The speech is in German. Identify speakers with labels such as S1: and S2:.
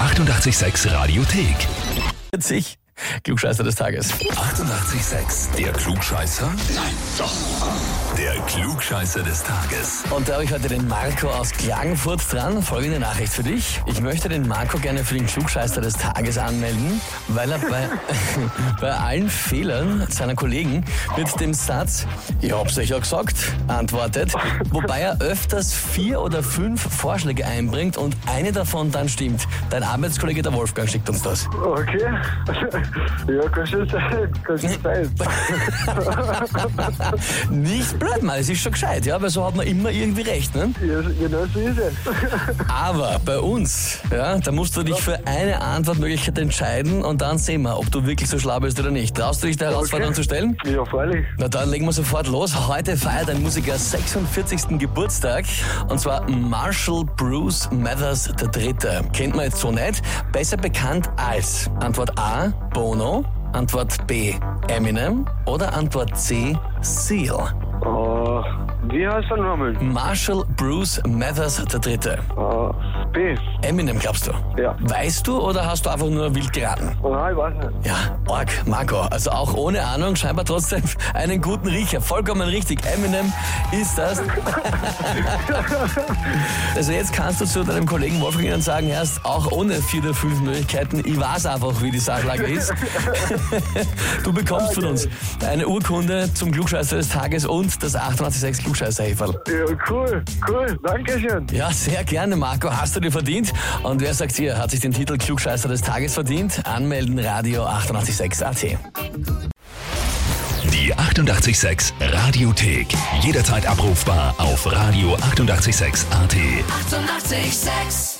S1: 886 Radiothek.
S2: 40. Klugscheißer des Tages.
S1: 88,6. Der Klugscheißer? Nein, doch. Der Klugscheißer des Tages.
S2: Und da habe ich heute den Marco aus Klagenfurt dran. Folgende Nachricht für dich. Ich möchte den Marco gerne für den Klugscheißer des Tages anmelden, weil er bei, bei allen Fehlern seiner Kollegen mit dem Satz, ich hab's euch ja gesagt, antwortet. Wobei er öfters vier oder fünf Vorschläge einbringt und eine davon dann stimmt. Dein Arbeitskollege der Wolfgang schickt uns das.
S3: Okay. Ja, kann schon sein. Kann schon sein.
S2: Nicht blöd, mal, es ist schon gescheit, ja, weil so hat man immer irgendwie recht, ne?
S3: Ja, genau so ist es.
S2: Aber bei uns, ja, da musst du dich für eine Antwortmöglichkeit entscheiden und dann sehen wir, ob du wirklich so schlau bist oder nicht. Traust du dich der Herausforderung zu stellen?
S3: Ja, freilich.
S2: Na dann legen wir sofort los. Heute feiert ein Musiker 46. Geburtstag und zwar Marshall Bruce Mathers III. Kennt man jetzt so nicht. Besser bekannt als Antwort A, Bono, Antwort B, Eminem oder Antwort C, Seal.
S3: Uh, wie heißt der Name?
S2: Marshall Bruce Mathers III.
S3: Uh, B.
S2: Eminem, glaubst du?
S3: Ja.
S2: Weißt du oder hast du einfach nur wild geraten?
S3: Oh, nein, ich weiß nicht.
S2: Ja, Org, Marco, also auch ohne Ahnung, scheinbar trotzdem einen guten Riecher. Vollkommen richtig. Eminem ist das. also jetzt kannst du zu deinem Kollegen Wolfgang dann sagen, erst auch ohne vier der fünf Möglichkeiten, ich weiß einfach, wie die Sachlage ist. du bekommst von uns eine Urkunde zum Klugscheißer des Tages und das 886 Klugscheißer-Häferl.
S3: Ja, cool, cool. Dankeschön.
S2: Ja, sehr gerne, Marco. Hast du dir verdient? Und wer sagt hier, hat sich den Titel Klugscheißer des Tages verdient? Anmelden Radio 886 AT.
S1: Die 88,6 Radiothek. Jederzeit abrufbar auf radio886.at. 88,6.
S4: Eighty-eight, sex.